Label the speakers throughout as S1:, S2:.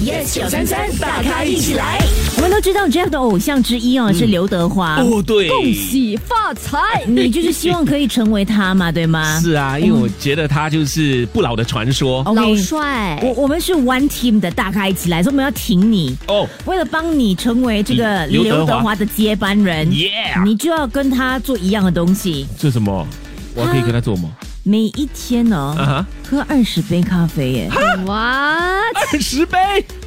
S1: yes 九三三，大咖一起来。
S2: 我们都知道 Jeff 的偶像之一哦是刘德华，
S3: 哦，对，
S1: 恭喜发财！
S2: 你就是希望可以成为他嘛，对 吗？
S3: 是啊，因为我觉得他就是不老的传说
S2: OK
S1: 老帅，
S2: 我我们是 One Team 的，大咖一起来，所以我们要挺你，
S3: 哦，
S2: 为了帮你成为这个
S3: 刘德华
S2: 刘德华的接班人
S3: Yeah
S2: 你就要跟他做一样的东西，
S3: 这什么？我可以跟他做吗？
S2: 每一天哦、
S3: 啊哈，
S2: 喝二十杯咖啡耶，
S1: 哇，
S3: 二十杯，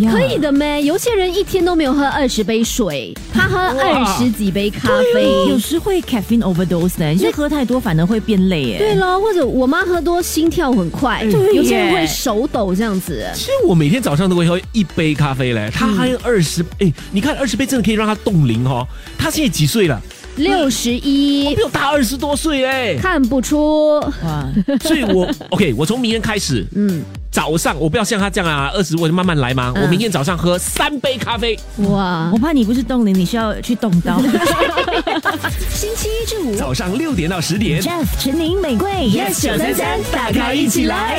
S2: 呀
S1: 可以的咩？有些人一天都没有喝二十杯水，他喝二十几杯咖啡。
S2: 有时会 caffeine overdose 的，就喝太多反而会变累耶。
S1: 对咯，或者我妈喝多心跳很快，
S2: 对
S1: 有些人
S2: 耶
S1: 会手抖这样子。
S3: 其实我每天早上都会喝一杯咖啡
S1: 嗯
S3: 嘞，他还有二十，哎，你看二十杯真的可以让他冻龄哦。他现在几岁了？
S1: 六十
S3: 我
S1: 一
S3: 比，我大二十多岁 哎，
S1: 看不出。
S2: 哇，
S3: 所以我 OK，我从明天开始，
S1: 嗯，
S3: 早上我不要像他这样啊，二十我就慢慢来嘛。
S1: 嗯
S3: 我明天早上喝三杯咖啡，
S1: 哇
S2: 我，怕你不是冻龄，你是要去动 刀。
S1: 星期一至五
S3: 早上六点到十点。
S2: Jeff、陈宁、玫瑰，Yes 九三三，大咖一起来。